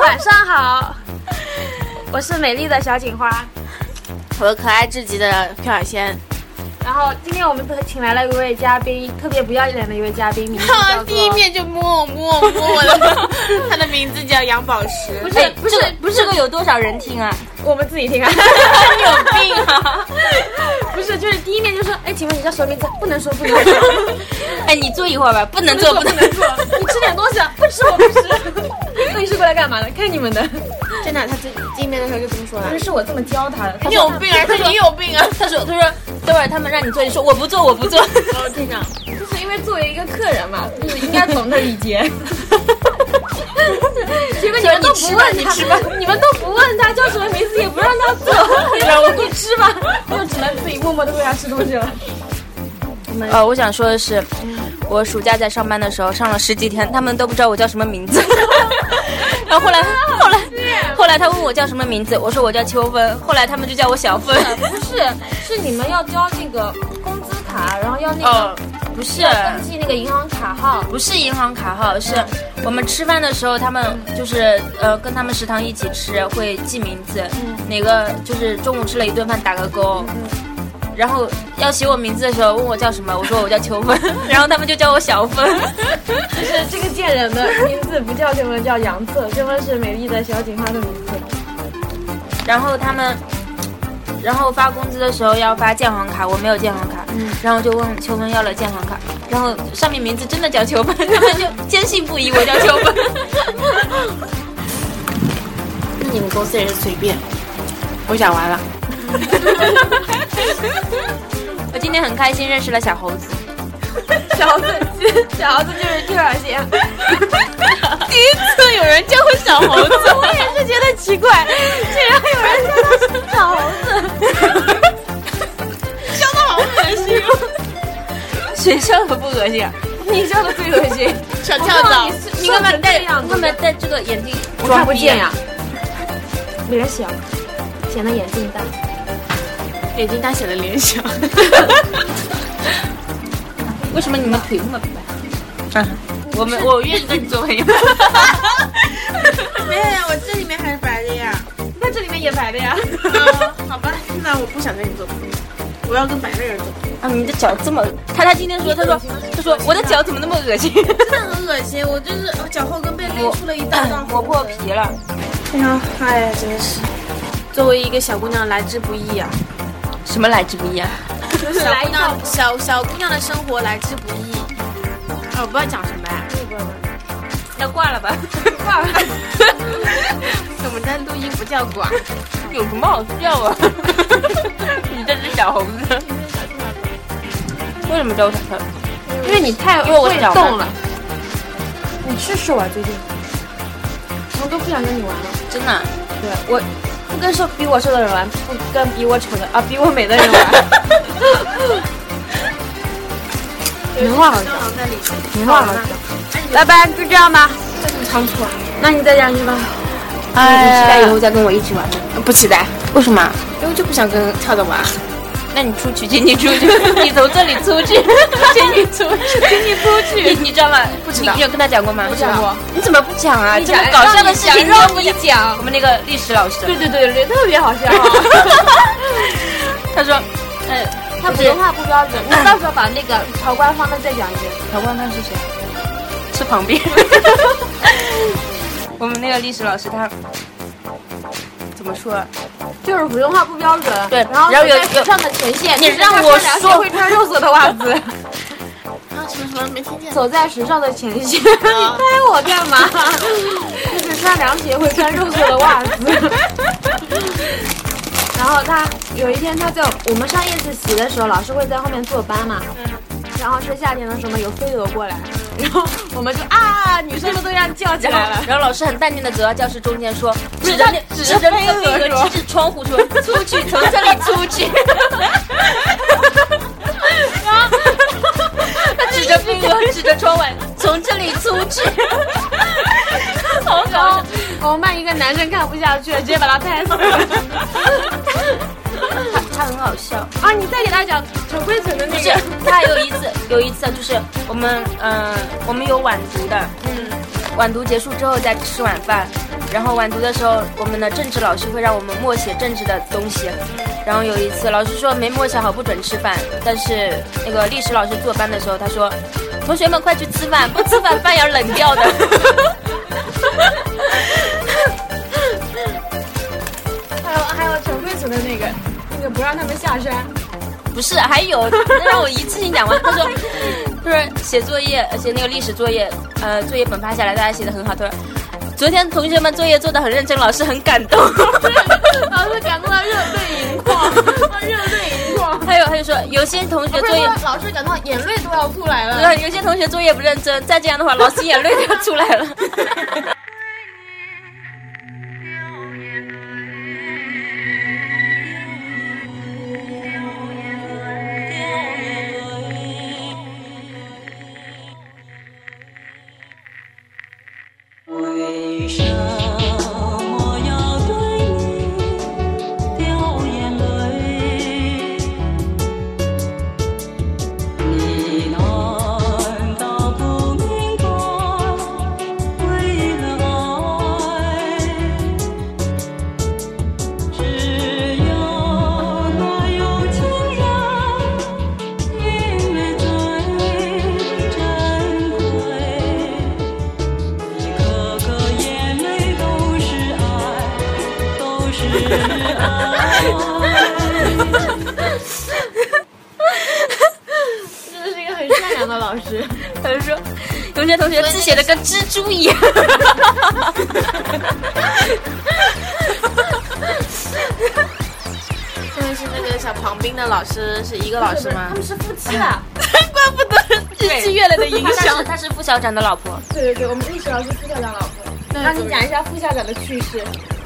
晚上好，我是美丽的小锦花。我可爱至极的朴海仙，然后今天我们特请来了一位嘉宾，特别不要脸的一位嘉宾，名嗯 字叫第一做。面就摸我摸我摸我的，他的名字叫杨宝石，不不是哎，不是这个不是这个有多少人听啊？我们自己听啊，你有病啊！不是，就是第一面就说，哎，请问你叫什么名字？不能说，不能说， 哎，你坐一会儿吧，不能坐，不能坐。你吃点东西啊，不吃我不吃。那你是过来干嘛的？看你们的，真啊的，他最见面的时候就这么说但了。是我这么教他的。你有病啊！他说你有病啊！他说，他说，等会儿他们让你坐，你说我不坐，我不 坐。我天哪！就是因为作为一个客人嘛，就是应该懂得礼节。 结果你们都不问他，你们都不问他叫什么名字，也不让他做，让我去吃吧， 就只能自己默默的喂他吃东西了。呃，我想说的是，我暑假在上班的时候上了十几天，他们都不知道我叫什么名字。 然后后 来，后来，后来他问我叫什么名字，我说我叫秋芬，后来他们就叫我小芬。不是，是你们要交那个工资卡，然后要那哦 个、，不是，啊要 登记那个银行卡号。不是银行卡号，是我们吃饭的时候，他们就是呃跟他们食堂一起吃，会记名字，哪个就是中午吃了一顿饭打个勾，然后要写我名字的时候问我叫什么，我说我叫秋芬，然后他们就叫我小芬。就是这个贱人的名字不叫这么叫杨策，这么是美丽的小警花的名字。 然后他们，然后发工资的时候要发建行卡，我没有建行卡，嗯然后就问秋芬要了建行卡，然后上面名字真的叫秋芬，他们就坚信不疑我叫秋芬。那你们公司也是随便。我讲完了。 我今天很开心认识了小猴 子。小猴子，小猴子就是这耳线。第一次有人叫我小猴 子，我也是觉得奇怪，竟然有人叫他是小猴子。叫的好恶心哦。谁笑的不恶心啊？你笑的最恶心。小跳我告蚤诉，你你干嘛戴？这你样子干嘛戴这个眼镜？装不见呀、脸小，显得眼睛大。眼睛大显得脸小。 为什么你们腿那么白？啊我们我愿意跟你做朋友。没有呀，我这里面还是白的呀。那这里面也白的呀。哦好吧， 那我不想跟你做朋友，我要跟白的人做。 啊，你的脚这么……他他今天说，他说他说我的脚怎么那么恶心？真的很恶心，我就是我脚后跟被勒出了一哎道道磨破皮了。哎呀，哎呀，真的是，作为一个小姑娘来之不易啊，什么来之不易啊？就是来小一姑套娘小小姑娘的生活来之不易。啊，我不知道讲什么呀、要挂 了吧？挂吧。我们在录音不叫啊管，有什么好 笑啊？你这只小猴子，为什么叫我小猴子？因为你太 因为我会小动了。你试试我最近，我都不想跟你玩了。真的啊？对我不跟瘦比我瘦的人玩，不跟比我丑的啊比我美的人 玩。没话好讲，没话好讲。拜拜，就这样吧。那你再讲一句吧。哎你期待以后呀，再跟我一起玩吗？不期待，为什么？啊因哎为就不想跟跳蚤玩。那你出去，请你出 去，你从这里出去， 请你出去，请你出去。你你知道吗？不知道你有跟他讲过吗？不讲过。你怎么不讲啊？这么讲搞笑的事情哎让都你讲让不你讲我们那个历史老师，对对对对，特别好笑。啊 他说，呃， 他普通话不标准，那到时候把那个曹官方的再讲一遍。曹冠汉是谁？是旁 边。我们那个历史老师他怎么说啊？就是普通话不标准，对然后然后有在有时尚的前线，你就是让他我俩说学会穿肉色的袜子，啊，什么什么没听见？走在时尚的前线。你拍我干嘛？ 就是穿凉鞋会穿肉色的袜子。 然后他有一天他在我们上夜自习的时候，老师会在后面坐班嘛。然后是夏天的时候嘛，有飞蛾过来，然后我们就啊，女生们都这样叫起来了。然后老师很淡定的走到教室中间说，啊指着他那指指着着那个飞飞蛾蛾说指着窗 户说，出去，从这里出去。 他指着飞蛾，指着窗外，从这里出去。 好 搞然后笑！我们班一个男生看不下去了，直接把他拍死了。他他很好笑。啊，你再给他讲陈慧存的那不是个，他有一次，有一次就是我呃们，嗯、我们有晚读的，嗯，晚读结束之后再吃晚饭，然后晚读的时候，我们的政治老师会让我们默写政治的东西。然后有一次，老师说没默写好不准吃饭，但是那个历史老师坐班的时候，他说：“同学们快去吃饭，不吃饭饭要冷掉的。还有还有陈慧组的那个，那个不让他们下山，”不是，还有让我一次性讲完。他说：“ 他说写作业，写那个历史作业，呃，作业本发下来，大家写的很好。”他说。昨天同学们作业做的很认真，老师很感动。 老师感啊动到热泪盈眶，热泪盈眶。还有还有说，有些同学不是作业说老师感到眼泪都要出来了。对，有些同学作业不认真，再这样的话，老师眼泪都要出来了。为什么要对你掉眼泪？你难道不明白？为了爱，只要那有情人，因为最珍贵。一颗颗眼泪都是爱，都是爱。真的是一个很善良的老师，他就说，有些同学字写的跟蜘蛛一样。因为是那个小庞冰的老师是一个老师吗他？们是夫妻啊的。 日积月累的影响。她是副校长的老婆，对对对，我们历史老师副校长老婆。让你讲一下副校长的趣事。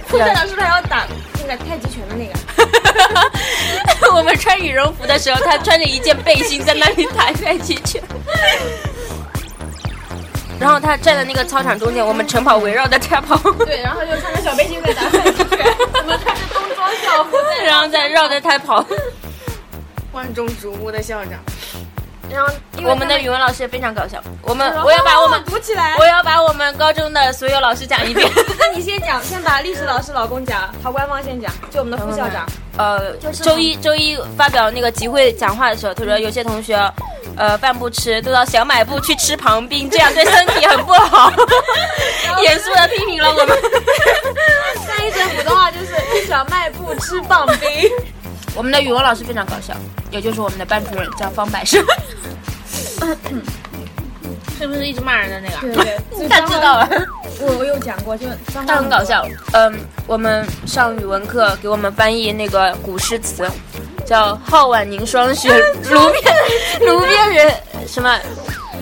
副校长是不是还要打那个太极拳的那个？ 我们穿羽绒服的时候，她穿着一件背心在那里打太极拳。 然后她站在那个操场中间，我们晨跑围绕着她跑，对，然后就穿着小背心在打太极拳，我们穿着工装校服 在。 然后再绕着她跑。万众瞩目的校长，然后因为我们的他语文老师也非常搞笑，我们我要把我们读起来我。要把我们高中的所有老师讲一遍。那你先讲，先把历史老师老公讲，陶官方先讲，就我们的副校长。呃，就是周一周一发表那个集会讲话的时候，他说有些同学，呃，饭不吃，都到小卖部去吃旁冰，这样对身体很不好。 严肃的批评了我们。翻译成普通话就是去小卖部吃棒冰。 我们的语文老师非常搞笑，也就是我们的班主任叫方百 胜，是不是一直骂人的那个？对对， 所以 他张知欢道了。啊我我有讲过，就是张他欢很搞笑。嗯，我们上语文课给我们翻译那个古诗词，叫“皓腕凝霜 雪，炉边炉边人什么，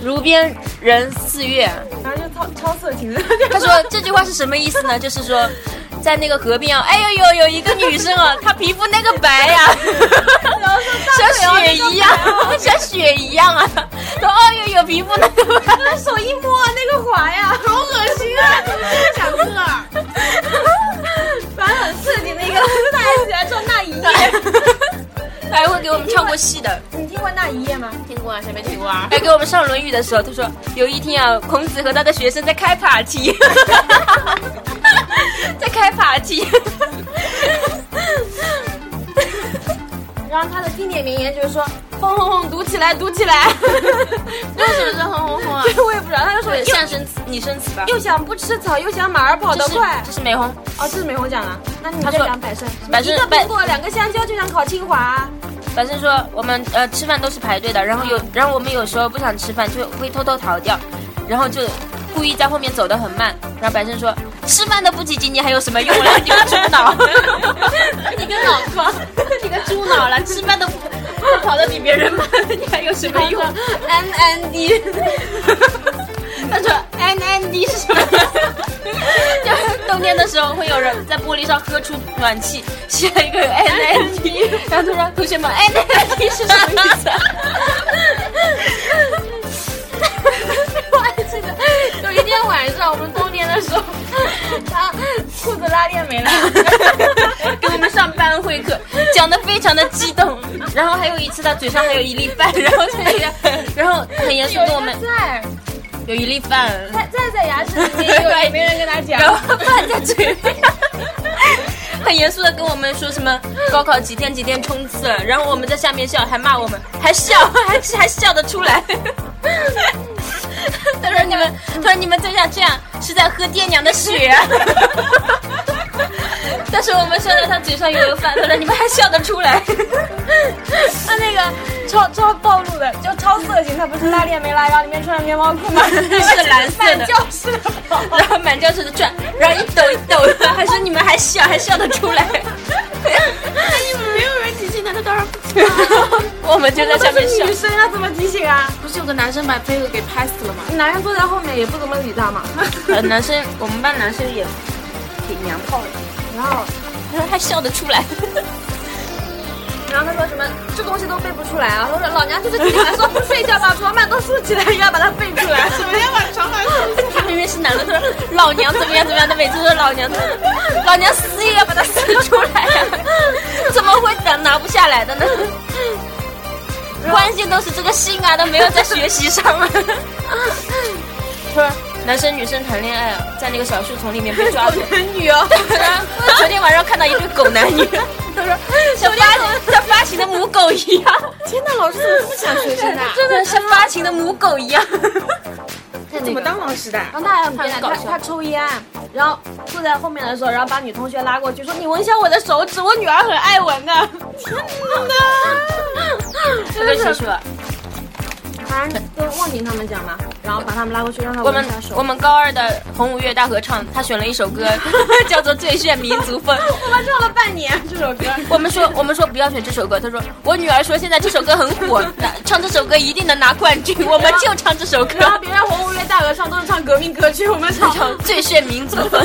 炉边人四月”。然后就超超色情的，他说这句话是什么意思呢？就是说，在那个河边啊，哎呦呦，有一个女生啊，她皮肤那个白呀、 像雪一样，像雪一样啊。说哎呦呦，皮肤那个白，手一摸那个滑呀，好恶心啊！想这儿，反正很刺激的一个，大家喜欢说那一夜。她还会给我们唱过戏的。你听过那一夜吗？听过啊，谁没听过啊？还哎给我们上《论语》的时候，他说有一天啊，孔子和他的学生在开 party，在开 party。然后他的经典名言就是说：“轰轰轰，读起来，读起来。为什么是轰轰轰啊？”我也不知道，他 就说对，又象声词、拟声词吧。又想不吃草，又想马儿跑这得是快。这是美红，哦，这是美红讲的，那你他再说讲百胜。什么百胜一个百苹果，两个香蕉就想考清华啊。反正说我们呃吃饭都是排队的，然后有，然后我们有时候不想吃饭就会偷偷逃掉，然后就故意在后面走得很慢。然后白胜说：“吃饭都不积极，你还有什么用啊了？你个猪脑，你个脑瓜，你个猪脑了，吃饭都不都跑得比别人慢，你还有什哎么用？” N N D，他说 N N D 是什么呀？就是 冬天的时候会有人在玻璃上喝出暖气，写了一个 N N D，然后他说同学们 N N D 是什么意思啊？我还记得有一天晚上，我们冬天的时候，他裤子拉链没了，给我们上班会课，讲的非常的激动。然后还有一次，他嘴上还有一粒饭，然后在那个，然后很严肃地跟我们，在有一粒饭，他站在牙齿里 面有，也没人跟他讲。然后饭在嘴边，很严肃的跟我们说什么高考几天几天冲刺，然后我们在下面笑，还骂我们，还笑，还还笑得出来。 他说你们，他说你们队长这样是在喝爹娘的血、 啊。但是我们笑到他嘴上有了饭，他说你们还笑得出 来。他那个超超暴露的，就超色情。他不是拉链没拉腰，里面穿着棉毛裤吗？ 是蓝色的 满教室的跑。然后满教室的转，然后一抖一抖的，还说你们还笑，还笑得出来。 你们没有人提醒他，他当然不知道。我们就在下面笑女。生要怎么提醒啊？不是有个男生把飞蛾给拍死了吗？男人坐在后面也不怎么理他 嘛， 呃，男生，我们班男生也挺娘炮的，然后他说还笑得出来。 然后他说什么这东西都背不出来啊，他说老娘就是今天晚上不睡觉把床板都竖起来，也要把它背 出来。他明明是男的，他说老娘怎么样怎么样，他每次都说老娘怎么样，老娘死也要把他撕出来、 啊，怎么会拿拿不下来的呢？关键都是这个性啊，都没有在学习上啊。他说男生女生谈恋爱啊，在那个小树丛里面被抓住，女哦，然后昨天晚上看到一对狗男女，他说像发像发情的母狗一样，天哪，老师怎么不想学生的？啊真的像发情的母狗一样。怎么当老师的？然后他还很变态，搞他笑他抽烟，然后坐在后面的时候，然后把女同学拉过去说：“你闻一下我的手指，我女儿很爱闻的。”天哪！被谁说？反正跟望宁他们讲嘛，然后把他们拉过去让他我闻们一下手。我们高二的红五乐大合唱，他选了一首歌叫做《最炫民族风》。们唱了半年这首歌，我们说我们说不要选这首歌，他说我女儿说现在这首歌很火，那唱这首歌一定能拿冠军，我们就唱这首歌。然后别人红五月大合唱都是唱革命歌曲，我们唱。唱最炫民族风，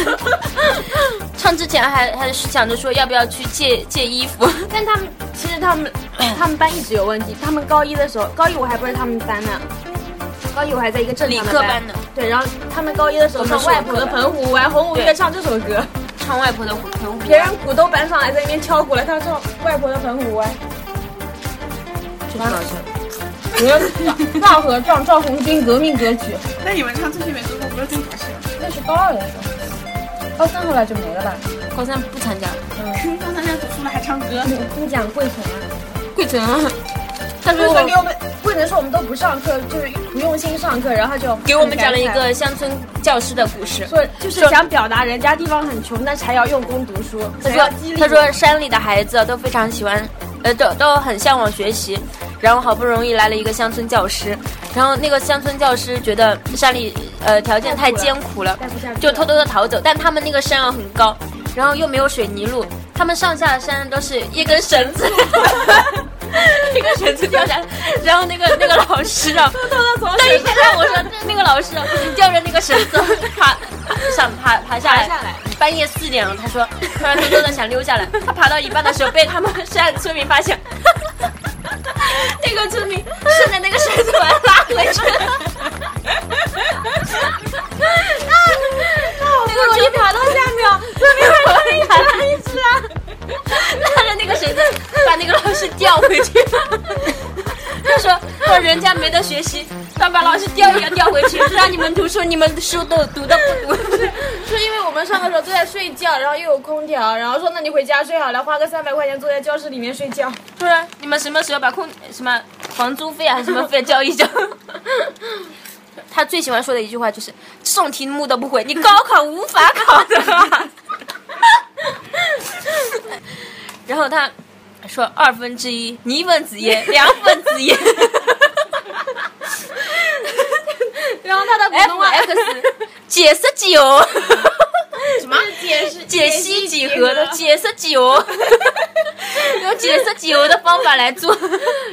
唱之前还还是想着说要不要去借借衣服， 但他们其实他 们他们班一直有问题。他们高一的时候，高一我还不是他们班呢，高一我还在一个正常理的科班的对，然后他们高一的时候我们上是外婆的文科澎湖湾，红五月对唱这首歌，唱外婆的澎湖别人鼓豆班上来在那边敲鼓了，他唱外婆的澎湖湾。就是好笑。你看大合唱、赵红军革命歌曲，那你们唱这些民族风歌真搞笑。那是高二的时候，高三后来就没了吧？高三不参加了，听说参加读书了还唱歌，你哎讲贵城啊？桂存啊，他就是说说给我我们，贵城说我们都不上课，就是不用心上课，然后就给我们讲了一个乡村教师的故事。说就是想表达人家地方很穷，但是还要用功读书，他还要说激：“励。他说山里的孩子都非常喜欢，呃，都都很向往学习。然后好不容易来了一个乡村教师，然后那个乡村教师觉得山里呃条件太艰苦了带不下去，了就偷偷的逃走。但他们那个山啊很高，然后又没有水泥路，他们上下山都是一根绳子。”一根绳子吊下来，然后那个那个老师啊，那一看我 说那个老师啊吊着那个绳子爬，想爬爬下爬来，下来半夜四点了，他说突然偷偷的想溜下来，他爬到一半的时候被他们山村民发现，那个村民顺着那个绳子把他拉回去了。那个就爬到下面，村民把他们爬了一只啊，拉 着那个绳子把那个老师吊回去。他说：“他说人家没得学习，但把老师调也要调回去，让你们读书，你们书都读的不读。是因为我们上课的时候都在睡觉，然后又有空调，然后说那你回家睡好了，花个三百块钱坐在教室里面睡觉。说啊你们什么时候把空什么房租费啊还是什么费交一交？”他最喜欢说的一句话就是：“这种题目都不会，你高考无法考的啊。”然后他说：“二分之一，你一分子也，两分子也。”然后他的普通 F 话 X 解释九，什么解 释解析几何的解释九，用解释九的方法来做。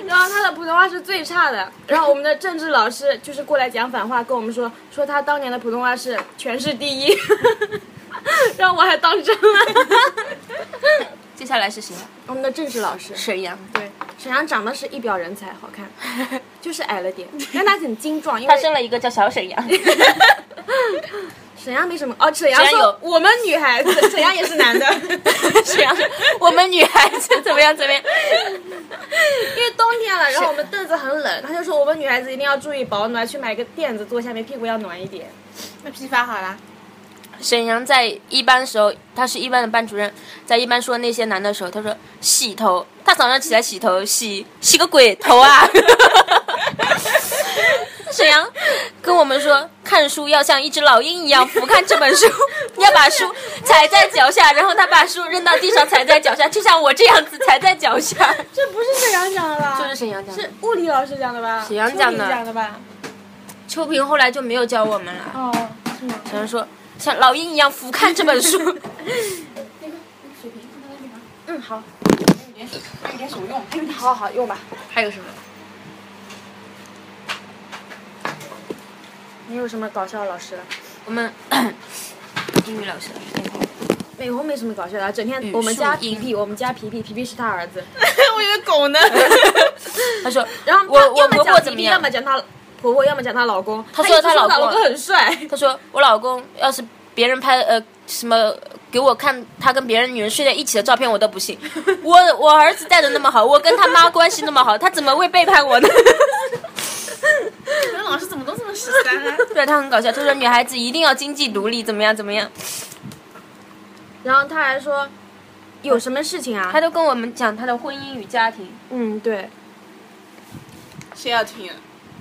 然后他的普通话是最差的。然后我们的政治老师就是过来讲反话，跟我们说说他当年的普通话是全市第一， 然后我还当真了。接下来是谁？ 啊我们的政治老师，沈阳，对，沈阳长得是一表人才，好看，就是矮了 点，但他很精壮，因为他生了一个叫小沈阳。沈阳没什么哦。沈阳沈阳说我们女孩 子，沈阳也是男的。沈阳，我们女孩子怎么样？怎么样？因为冬天了，然后我们凳子很冷，他就说我们女孩子一定要注意保暖，去买个垫子坐下面，屁股要暖一点。那批发好了，沈阳在一班时候，他是一班的班主任，在一班说那些男的时候，他说洗头，他早上起来洗头，洗洗个鬼头啊！ 沈阳跟我们说，看书要像一只老鹰一样俯瞰这本书，要把书踩在脚下，然后他把书扔到地上踩在脚下，就像我这样子踩在脚下。这不是沈阳讲的吧？就是沈阳讲的是物理老师讲的吧？沈阳讲的物理讲的吧？秋萍后来就没有教我们了，哦，沈阳说像老鹰一样俯瞰这本 书。嗯好好用吧。还有什么？你有什么搞笑的老师了？我们 英语老师，美红哎没什么搞笑的，整天语我们家数皮英皮，我们家皮皮，皮皮是他儿子，我有狗呢。他说，然后我他我要么婆婆讲怎皮么皮，要样么？讲她婆婆，要么讲她老公。她她说一直她老她公老公很帅，他说我老公要是别人拍呃什么给我看他跟别人女人睡在一起的照片，我都不信。我我儿子带的那么好，我跟他妈关系那么好，他怎么会背叛我呢？你们老师怎么都这么十三啊呢？对他很搞笑，他说女孩子一定要经济独立，怎么样怎么样，然后他还说有什么事情啊他？都跟我们讲他的婚姻与家庭。嗯，对。谁要听？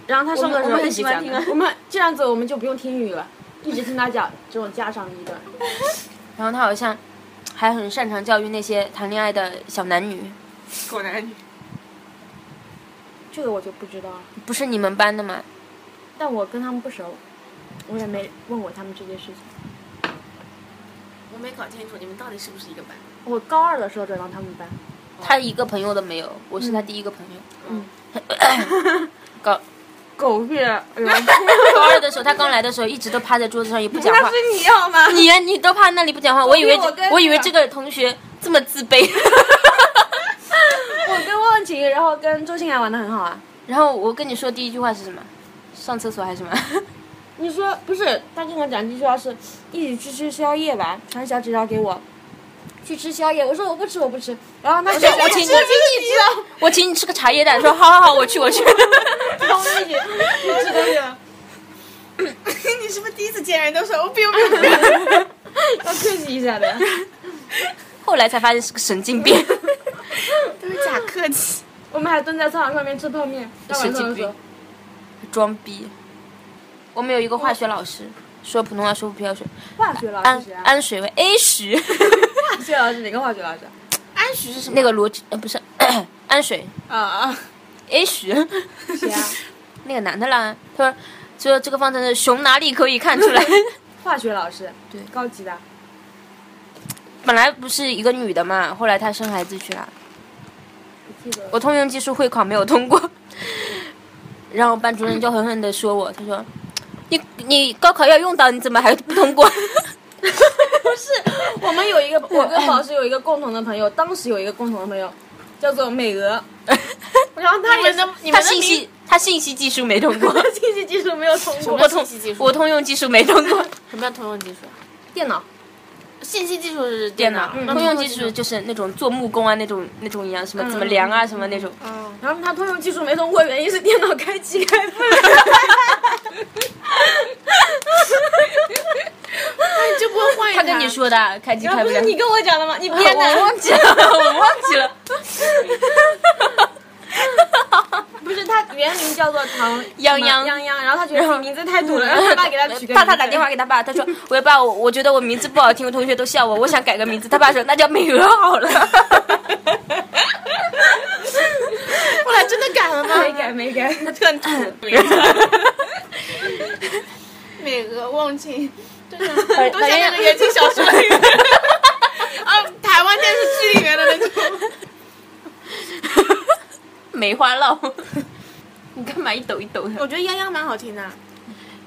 然后他上课的时我候们一直我讲们很喜欢听的啊， 我们这样子我们就不用听语了，一直听他讲这种家长里短。然后他好像还很擅长教育那些谈恋爱的小男女，狗男女。这个我就不知道了，不是你们班的吗？但我跟他们不熟，我也没问过他们这些事情。我没搞清楚你们到底是不是一个班。我高二的时候转到他们班，他一个朋友都没有，我是他第一个朋友。嗯， 高狗屁！哎 呦，高二的时候，他刚来的时候一直都趴在桌子上也不讲话。你要吗？你呀你都趴那里不讲话，我以为我这跟我以为这个同学这么自卑。 我跟忘情，然后跟周欣然玩的很好啊。然后我跟你说第一句话是什么？上厕所还是什么？ 你说不是？他跟我讲这句话是一起去吃宵夜吧，传小纸条给我，去吃宵夜。我说我不吃，我不吃。然后他说我请你，我请你吃个茶叶蛋。说好好好，我去我去。你是不是第一次见人都说我哦不用不用不用？要客气一下的。后来才发现是个神经病。 都是假客气。我们还蹲在操场上面吃泡面，到晚上的时候，装逼。我们有一个化学老师，说普通话说不标准，化学老师安是谁啊？安水为 A 徐，嗯化学老师哪个化学老师？安徐是什么？那个罗呃不是 安水啊啊！ A 徐，谁啊？ 那个男的啦，他说说这个方程式熊哪里可以看 出 来？化学老师，对高级的。本来不是一个女的嘛，后来她生孩子去了。不记得了我通用技术会考没有通过， 然后班主任就狠狠的说我，他说：“你你高考要用到，你怎么还不通 过不是， 我们有一个，我跟老师有一个共同的朋友，当时有一个共同的朋友，叫做美娥，然后他也能，？”你他们的信息他信息技术没通过，信息技术没有通过。 我通信息技术我通用技术没通过，什么叫通用技术？电脑，信息技术是电脑、嗯通用技术就是那种做木工啊那种那种一样，什么怎么量啊、什么那种。嗯，然后他通用技术没通过，原因是电脑开机开 哎分。那你就不会哎换一他个？跟你说的开机开不不是了，你跟我讲的吗？你编 我的。忘记了，我忘记了。不是，他原名叫做唐泱泱泱泱，然后他觉得自己名字太土了，然后他爸给他取个名字爸他打电话给他爸，他说：“我爸，我我觉得我名字不好听，我同学都笑我，我想改个名字。”他爸说：“那叫美娥好 了。后来真的改了吗？没改没改。那特土。美俄忘情，反” 都像那个 言情小说里 面，啊，台湾电视剧里面的那种。梅花烙。 你干嘛一抖一抖的？我觉得泱泱蛮好听的，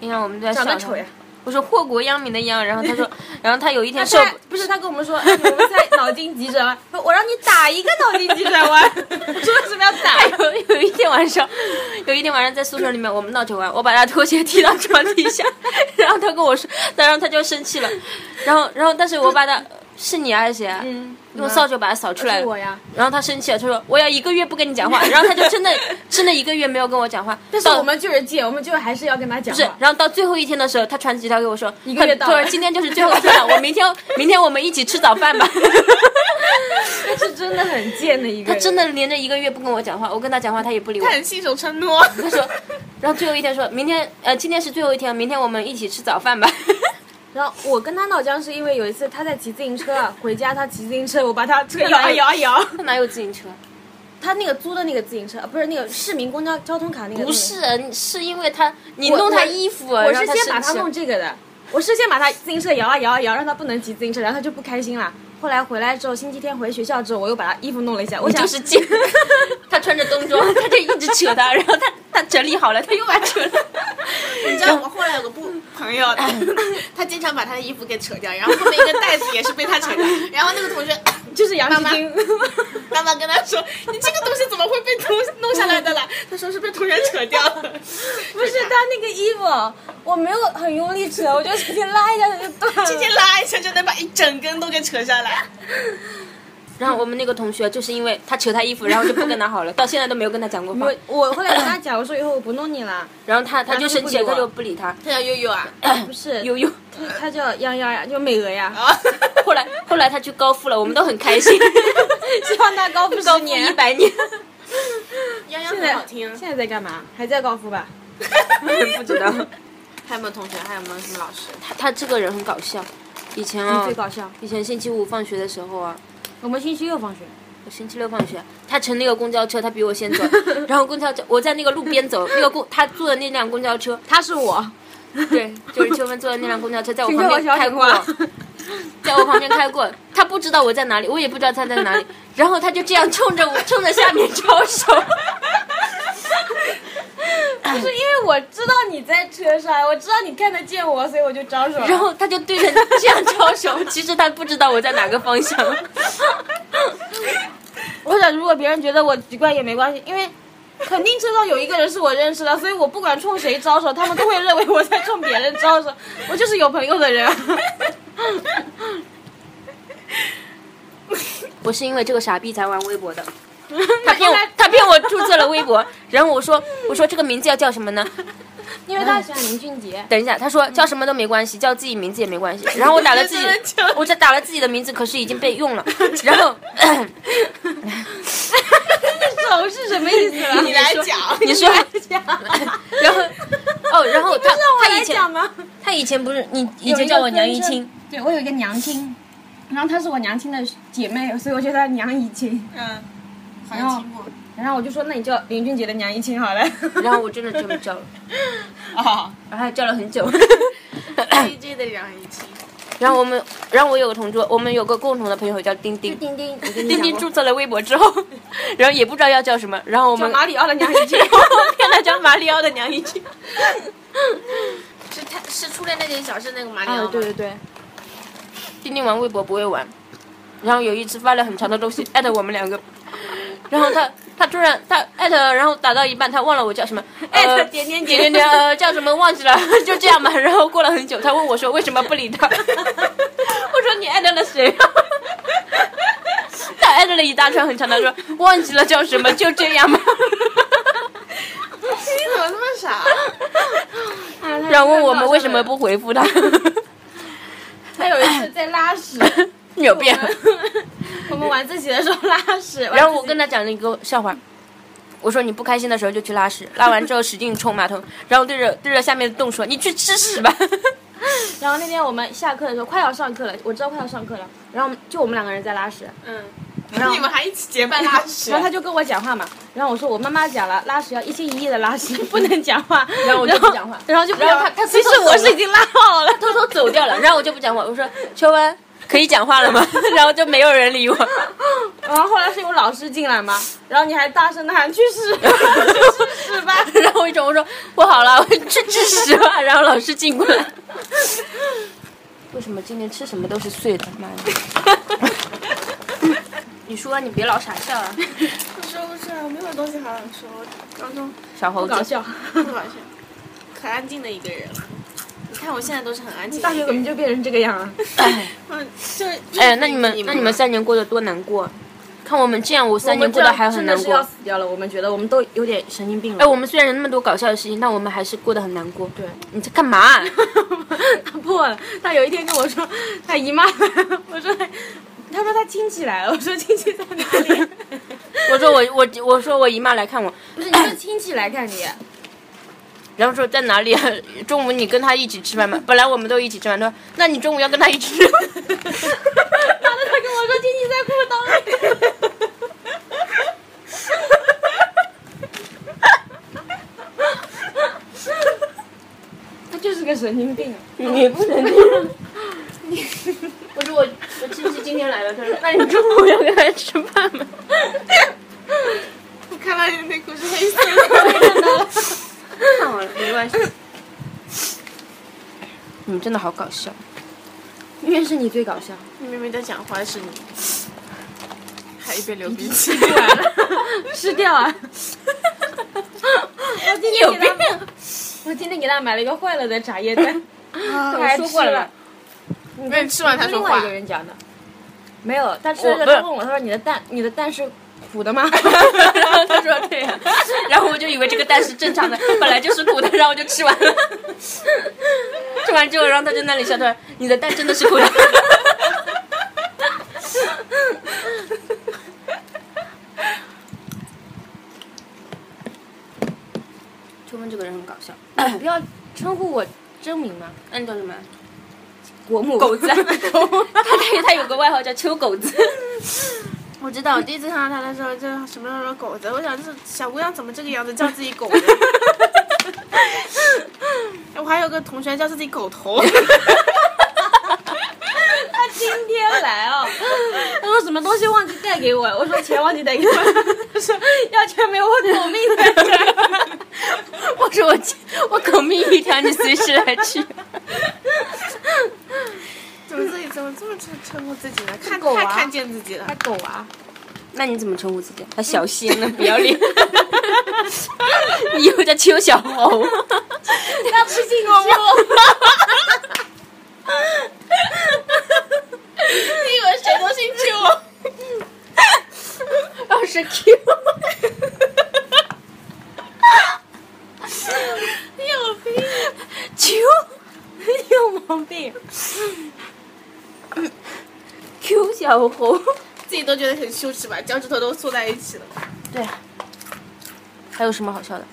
你看我们在长得笑他丑呀！我说祸国殃民的殃，然后他 说，然后他有一天受他不是他跟我们说，哎，我们在脑筋急转弯，说我让你打一个脑筋急转弯，说为什么要打？哎有有一天晚上，有一天晚上在宿舍里面，我们闹着玩，我把他拖鞋踢 到床底下，然后他跟我说，然后他就生气了，然后然后但是我把他是你还是谁啊？嗯，用扫帚把它扫出来是我呀。然后他生气了，他说我要一个月不跟你讲话。然后他就真的 真的一个月没有跟我讲话。但是到我们就是贱，我们就还是要跟他讲不是话，。然后到最后一天的时候，他传纸条给我说，一个月他到他了说今天就是最后一天了，我明天明天我们一起吃早饭 吧。但是真的很贱的一个他人。真的连着一个月不跟我讲话，我跟他讲话他也不理我他。很信守承诺。他说，然后最后一天说明天呃今天是最后一天，明天我们一起吃早饭吧。 然后我跟他闹僵是因为有一次他在骑自行车 啊，回家他骑自行车，我把他车摇一摇一摇。他哪有自行车？他那个租的那个自行车，啊不是那个市民公交交通卡那个。不那个，是，是因为他你我弄我他衣服，啊我让是先把他他生弄气。这个的，我是先把他自行车摇啊摇啊摇，让他不能骑自行车，然后他就不开心了。后来回来之后，星期天回学校之后，我又把他衣服弄了一下，我我想就 是贱，他穿着冬装， 他就一直扯他，然后他他整理好了，他又把它扯了。 你知道我后来有个不朋 友，他经常把他的衣服给扯掉，然后后面一个袋子也是被他 扯掉，然后那个同学。 就是杨妈紫妈金，妈妈跟他说：“你这个东西怎么会被弄弄下来的啦？”他说：“是被同学扯掉 的。 不是他那个衣服，我没有很用力扯，我就轻轻拉一下它就断了。轻轻拉一下就能把一整根都给扯下来。 然后我们那个同学就是因为他扯他衣服，然后就不跟他好了，到现在都没有跟他讲过话我。我后来跟他讲，我说以后我不弄你了，然后他他就生气了，然后他就就不理他。 他叫悠悠啊，不 是，悠悠，他他叫泱泱呀，叫美娥呀，哦啊，后来后来他去高复了，我们都很开心， 希望他高复 十高复年一。百年。泱泱现很在好听。现在在干嘛？还在高复吧？ 不 知道还有没有同学？还有没有什么老师？他他这个人很搞笑，以前你啊、最搞笑。以前星期五放学的时候啊，我们星期六放学，我星期六放学，他乘那个公交车，他比我 先走，然后公交车我在那个路边走，那个公他坐的那辆公交车，他是我，对，就是秋分坐的那辆公交车，在我请旁叫我边小开警过，官。在我旁边开过，他不知道我在哪里，我也不知道他在哪里，然后他就这样冲着我，冲着下面招 手，是因为我知道你在车上，我知道你看得见我，所以我就招手。然后他就对着这样招手，其实他不知道我在哪个方向。 我想，如果别人觉得我奇怪也没关系，因为肯定车上有一个人是我认识的，所以我不管冲谁招手，他们都会认为我在冲别人招手。我就是有朋友的人。我是因为这个傻逼才玩微博 的。他骗原我来，他骗我注册了微博，然后我说，我说这个名字要叫什么呢？因为他喜欢林俊杰，等一下，他说叫什么都没关系，叫自己名字也 没关系。然后我打了自己真的假，我这打了自己的名字，可是已经 被用了。然后手是什么意思啊？你来讲，你说，讲，然后哦，然后他我他来以前讲吗？他以前不是你以有一前个叫我娘尊一称清，，对我有一个娘亲，然后她是我娘亲的姐妹，所以我叫她娘一亲。嗯，好像像听听过然后我就说，那你叫林俊杰的娘一亲好了。 然后我真的这么 叫了，啊。然后还叫了很久。 J J 的梁一清，然后我们，然后我有个同桌，我们有个共同的朋友叫丁丁，丁丁，我跟钉钉注册了微博之后， 然后也不知道要叫什么，然后 我叫们马里奥的娘一亲。骗 他叫马里奥的娘一 句。是他是初恋那件小事那个马里奥吗？哎啊对对对，钉钉玩微博不会玩，然后有一次发了很长的东西，艾特我们两个，然后他他突然他艾特，然后打到一半他忘了我叫什么，艾呃特点点点点点呃叫什么忘记了， 就这样吧。然后过了很久，他问我说为什么不 理他，我说你艾特了谁、 啊？他艾特了一大串很长的说忘记了叫什么，就 这样吧。你怎么这么傻？哎然后问我们为什么不回复他， 他有一次在拉屎， 有病。我们晚自习的时候拉屎，然后我跟他讲了一个笑话，我说你不开心的时候就去拉屎， 拉完之后使劲冲马桶，然后对着对着下面的洞说你去吃屎吧。 然后那天我们下课的时候快要上课了，我知道快要上课了，然后就我们两个人在拉屎，嗯，你们还一起结伴拉屎然后，他就跟我讲话嘛，然后我说我妈妈讲了，拉屎要一心一意的拉 屎，不能讲话。然后我就不讲话然后就不然讲后话。他他其实偷偷走我是了已经拉好了，偷偷走掉了，然后我就不讲话，我说秋安可以讲话了吗？ 然后就没有人理我。 然后后来是有老师进来嘛，然后你还大声的 喊去屎，是吧？然后我一种我说我好了，我 去吃屎吧。 然后老师进过来。 为什么今天吃什么都是碎的？ 妈呀！你说你别老傻笑 啊，我说不是，我没有东西好想说，我高中小猴不搞子。笑。不搞笑，可安静的一个人。你看看我现在都是很安静。大学怎么就变成这个样啊？嗯，就是 哎，那你们那你们三年过得多难过？看我们这样，我 三年过得还我很们这样真的是难要过。死掉了。我们觉得我们都有点神经病了。哎，我们虽然有那么多搞笑的事情，但我们还是过得很难过。对，你在干 嘛？啊打破了。 他有一天跟我说，他姨妈 来了，我说，他说他亲戚来了，我说亲戚在哪里？ 我说我我我说我姨妈来看我，不是，你说亲戚来看你，然后说在哪里？啊 中午你跟她一起吃饭吗？本来我们都一起吃饭，她说那你中午要跟她一起吃。然后他跟我说亲戚在裤裆里。 他就是个神经 病，你不能这样。我说我我亲戚今天来了，他 说那你中午要跟她吃饭吗？我看到你的内裤是黑色的，看完了，没关系。你们真的好搞 笑。永远是你最搞笑。你明明在讲话是你，还一边流鼻涕。吃掉啊！ 我今天给他我今天给他买了一个坏了的茶叶蛋，我说过了吧？那你吃完他另说外话一个，人讲的，没有，他吃我了不是他问我，他说你的蛋，你的蛋是苦的 吗？然后 他说对呀、啊然后我就以为这个蛋是正常的，本来就是苦的，然后我就吃完了。吃完之后，然后他在那里笑，他说：“你的蛋真的是苦的。秋芬这个人很搞 笑，不要称呼我真名嘛，那你叫什么？国母狗子啊，他 他他有个外号叫秋狗 子。我知道，我第一次看到他的时候，就什么时候狗子，我想这小姑娘怎么这个样子叫自己狗子？ 我还有个同学叫自己狗头，他今天来哦，他说什么东西忘记带给我，我说钱忘记带给我， 他说要钱没有我狗命带给 我。我说我 我狗命一条，你随时来吃。怎么自己怎么这么称称呼自己呢？看狗啊太看见自己了他。狗啊， 那你怎么称呼自己？他小仙呢，不要脸。你 以后叫秋小猴。他不姓邱。你以为谁都 姓邱？二十 Q，你有病！ 秋有毛病。 Q 小猴。自己都觉得很羞耻吧，脚趾头都缩在一起了。对啊，还有什么好笑的？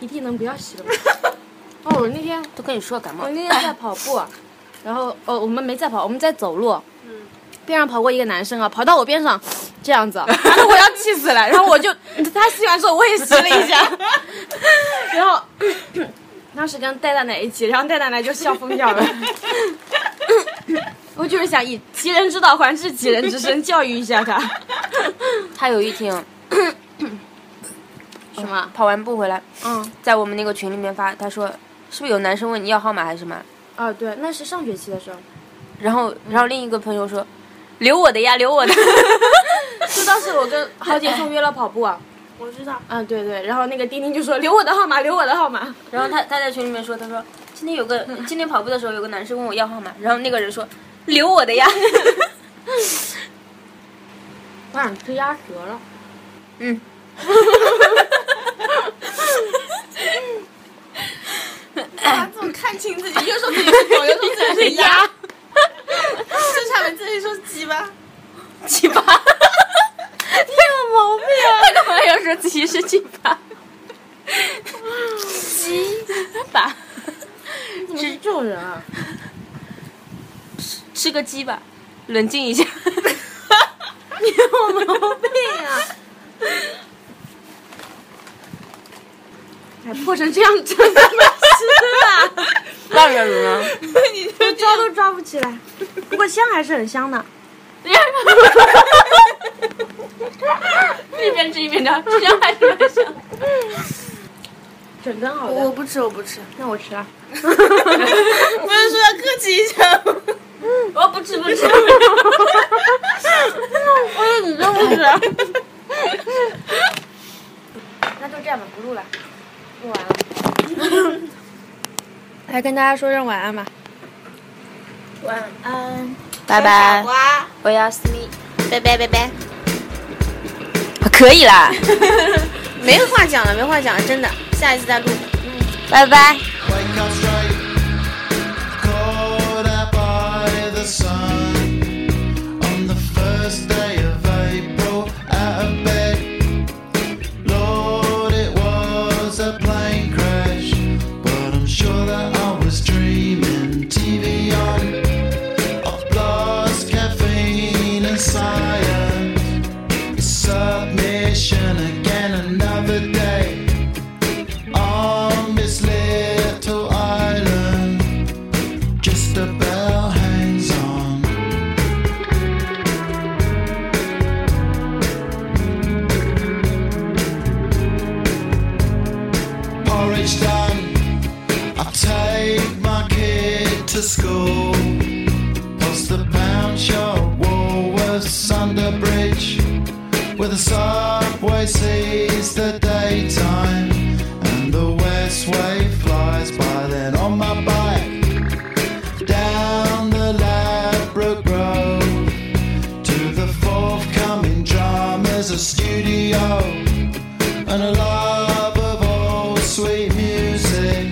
鼻涕能不要洗了吗？哦，我那天都跟你说感我冒那天在跑步，然后哦，我们没在跑，我们在走路。边上跑过一个男生啊，跑到我边上，这样 子啊，然后我要气死了，然后我就他吸完之后我也吸了一下，然后 当时跟戴大奶一起，然后戴大奶就笑疯掉 了。我就是想以其人之道还治其人之身，教育一下他。他有一 天什么？跑完步回来，嗯，在我们那个群里面发，他说是不是有男生问你要号码还是什么？啊，对，那是上学期的时候。然后然后另一个朋友说留我的呀，留我的。就当时我跟好姐送约了跑步啊，我知道，嗯，对对，然后那个丁丁就说留我的号码，留我的号码，然后他他在群里面说，他说今天有个今天跑步的时候有个男生问我要号码，然后那个人说留我 的呀。我想吃鸭舌了。嗯。他这么看清自己，又说自己是狗，又说自己是 鸭，就差没自己说鸡吧。鸡巴，你有毛病啊！他干嘛要说自己是鸡 巴？鸡巴，你怎么是这种人啊？吃个鸡吧，冷静 一下。你有毛病啊！哎，破成这样真他 妈吃的，当然了，我抓都抓不起来。不过香还是很香的。一边吃一边聊，这样还是蛮像。整根好我的，不吃，我不吃。那我 吃了。啊不是说要客气一下吗？我不吃不吃，我说你真不吃。那就这样吧，不录了，录完了。来跟大家说声晚安吧。晚安，拜拜拜，我要思密，拜拜拜拜，啊可以啦，没话讲了，没话讲了，真的，下一次再录。拜拜。 Wake up straight, caught out by the sun. On the first day of April, out of bed. Lord, it was a plane crash, but I'm sure that I was dreaming. TV on, I've lost caffeine and science. It's submission again, another day on this little island. Just a bell hangs on. Porridge done. I take my kid to school. Past the pound shop, Woolworths, Sunderbridge, Where the subway sees the daytime and the west wave flies by then on my bike down the Ladbroke Road to the forthcoming dramas, a studio and a love of old sweet music.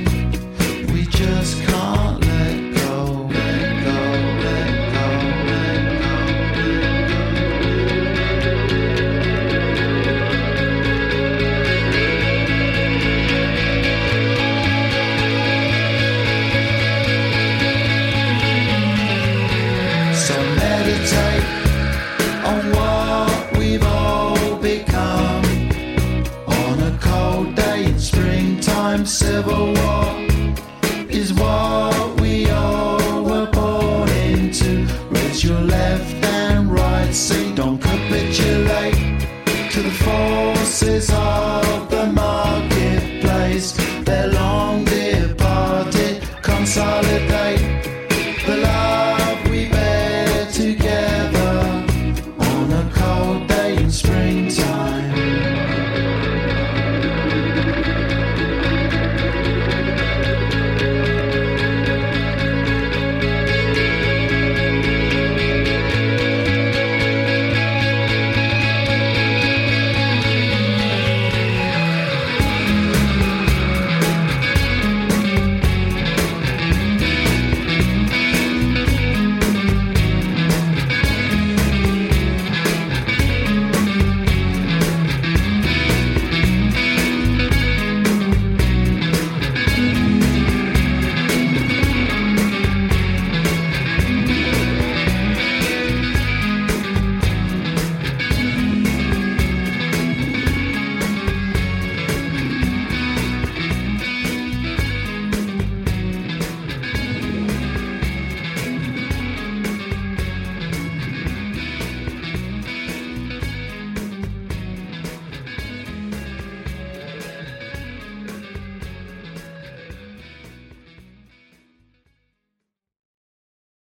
We just can't let go, let go, let go, let go. So meditate on what we've all become. On a cold day in springtime, civil war.